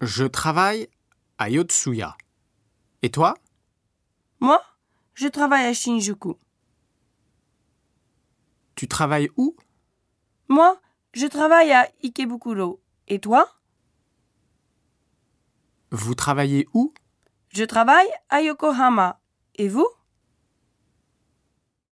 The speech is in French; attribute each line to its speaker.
Speaker 1: Je travaille à Yotsuya. Et toi
Speaker 2: Moi, je travaille à Shinjuku.
Speaker 1: Tu travailles où
Speaker 2: Moi, je travaille à Ikebukuro. Et toi
Speaker 1: Vous travaillez où
Speaker 2: Je travaille à Yokohama. Et vous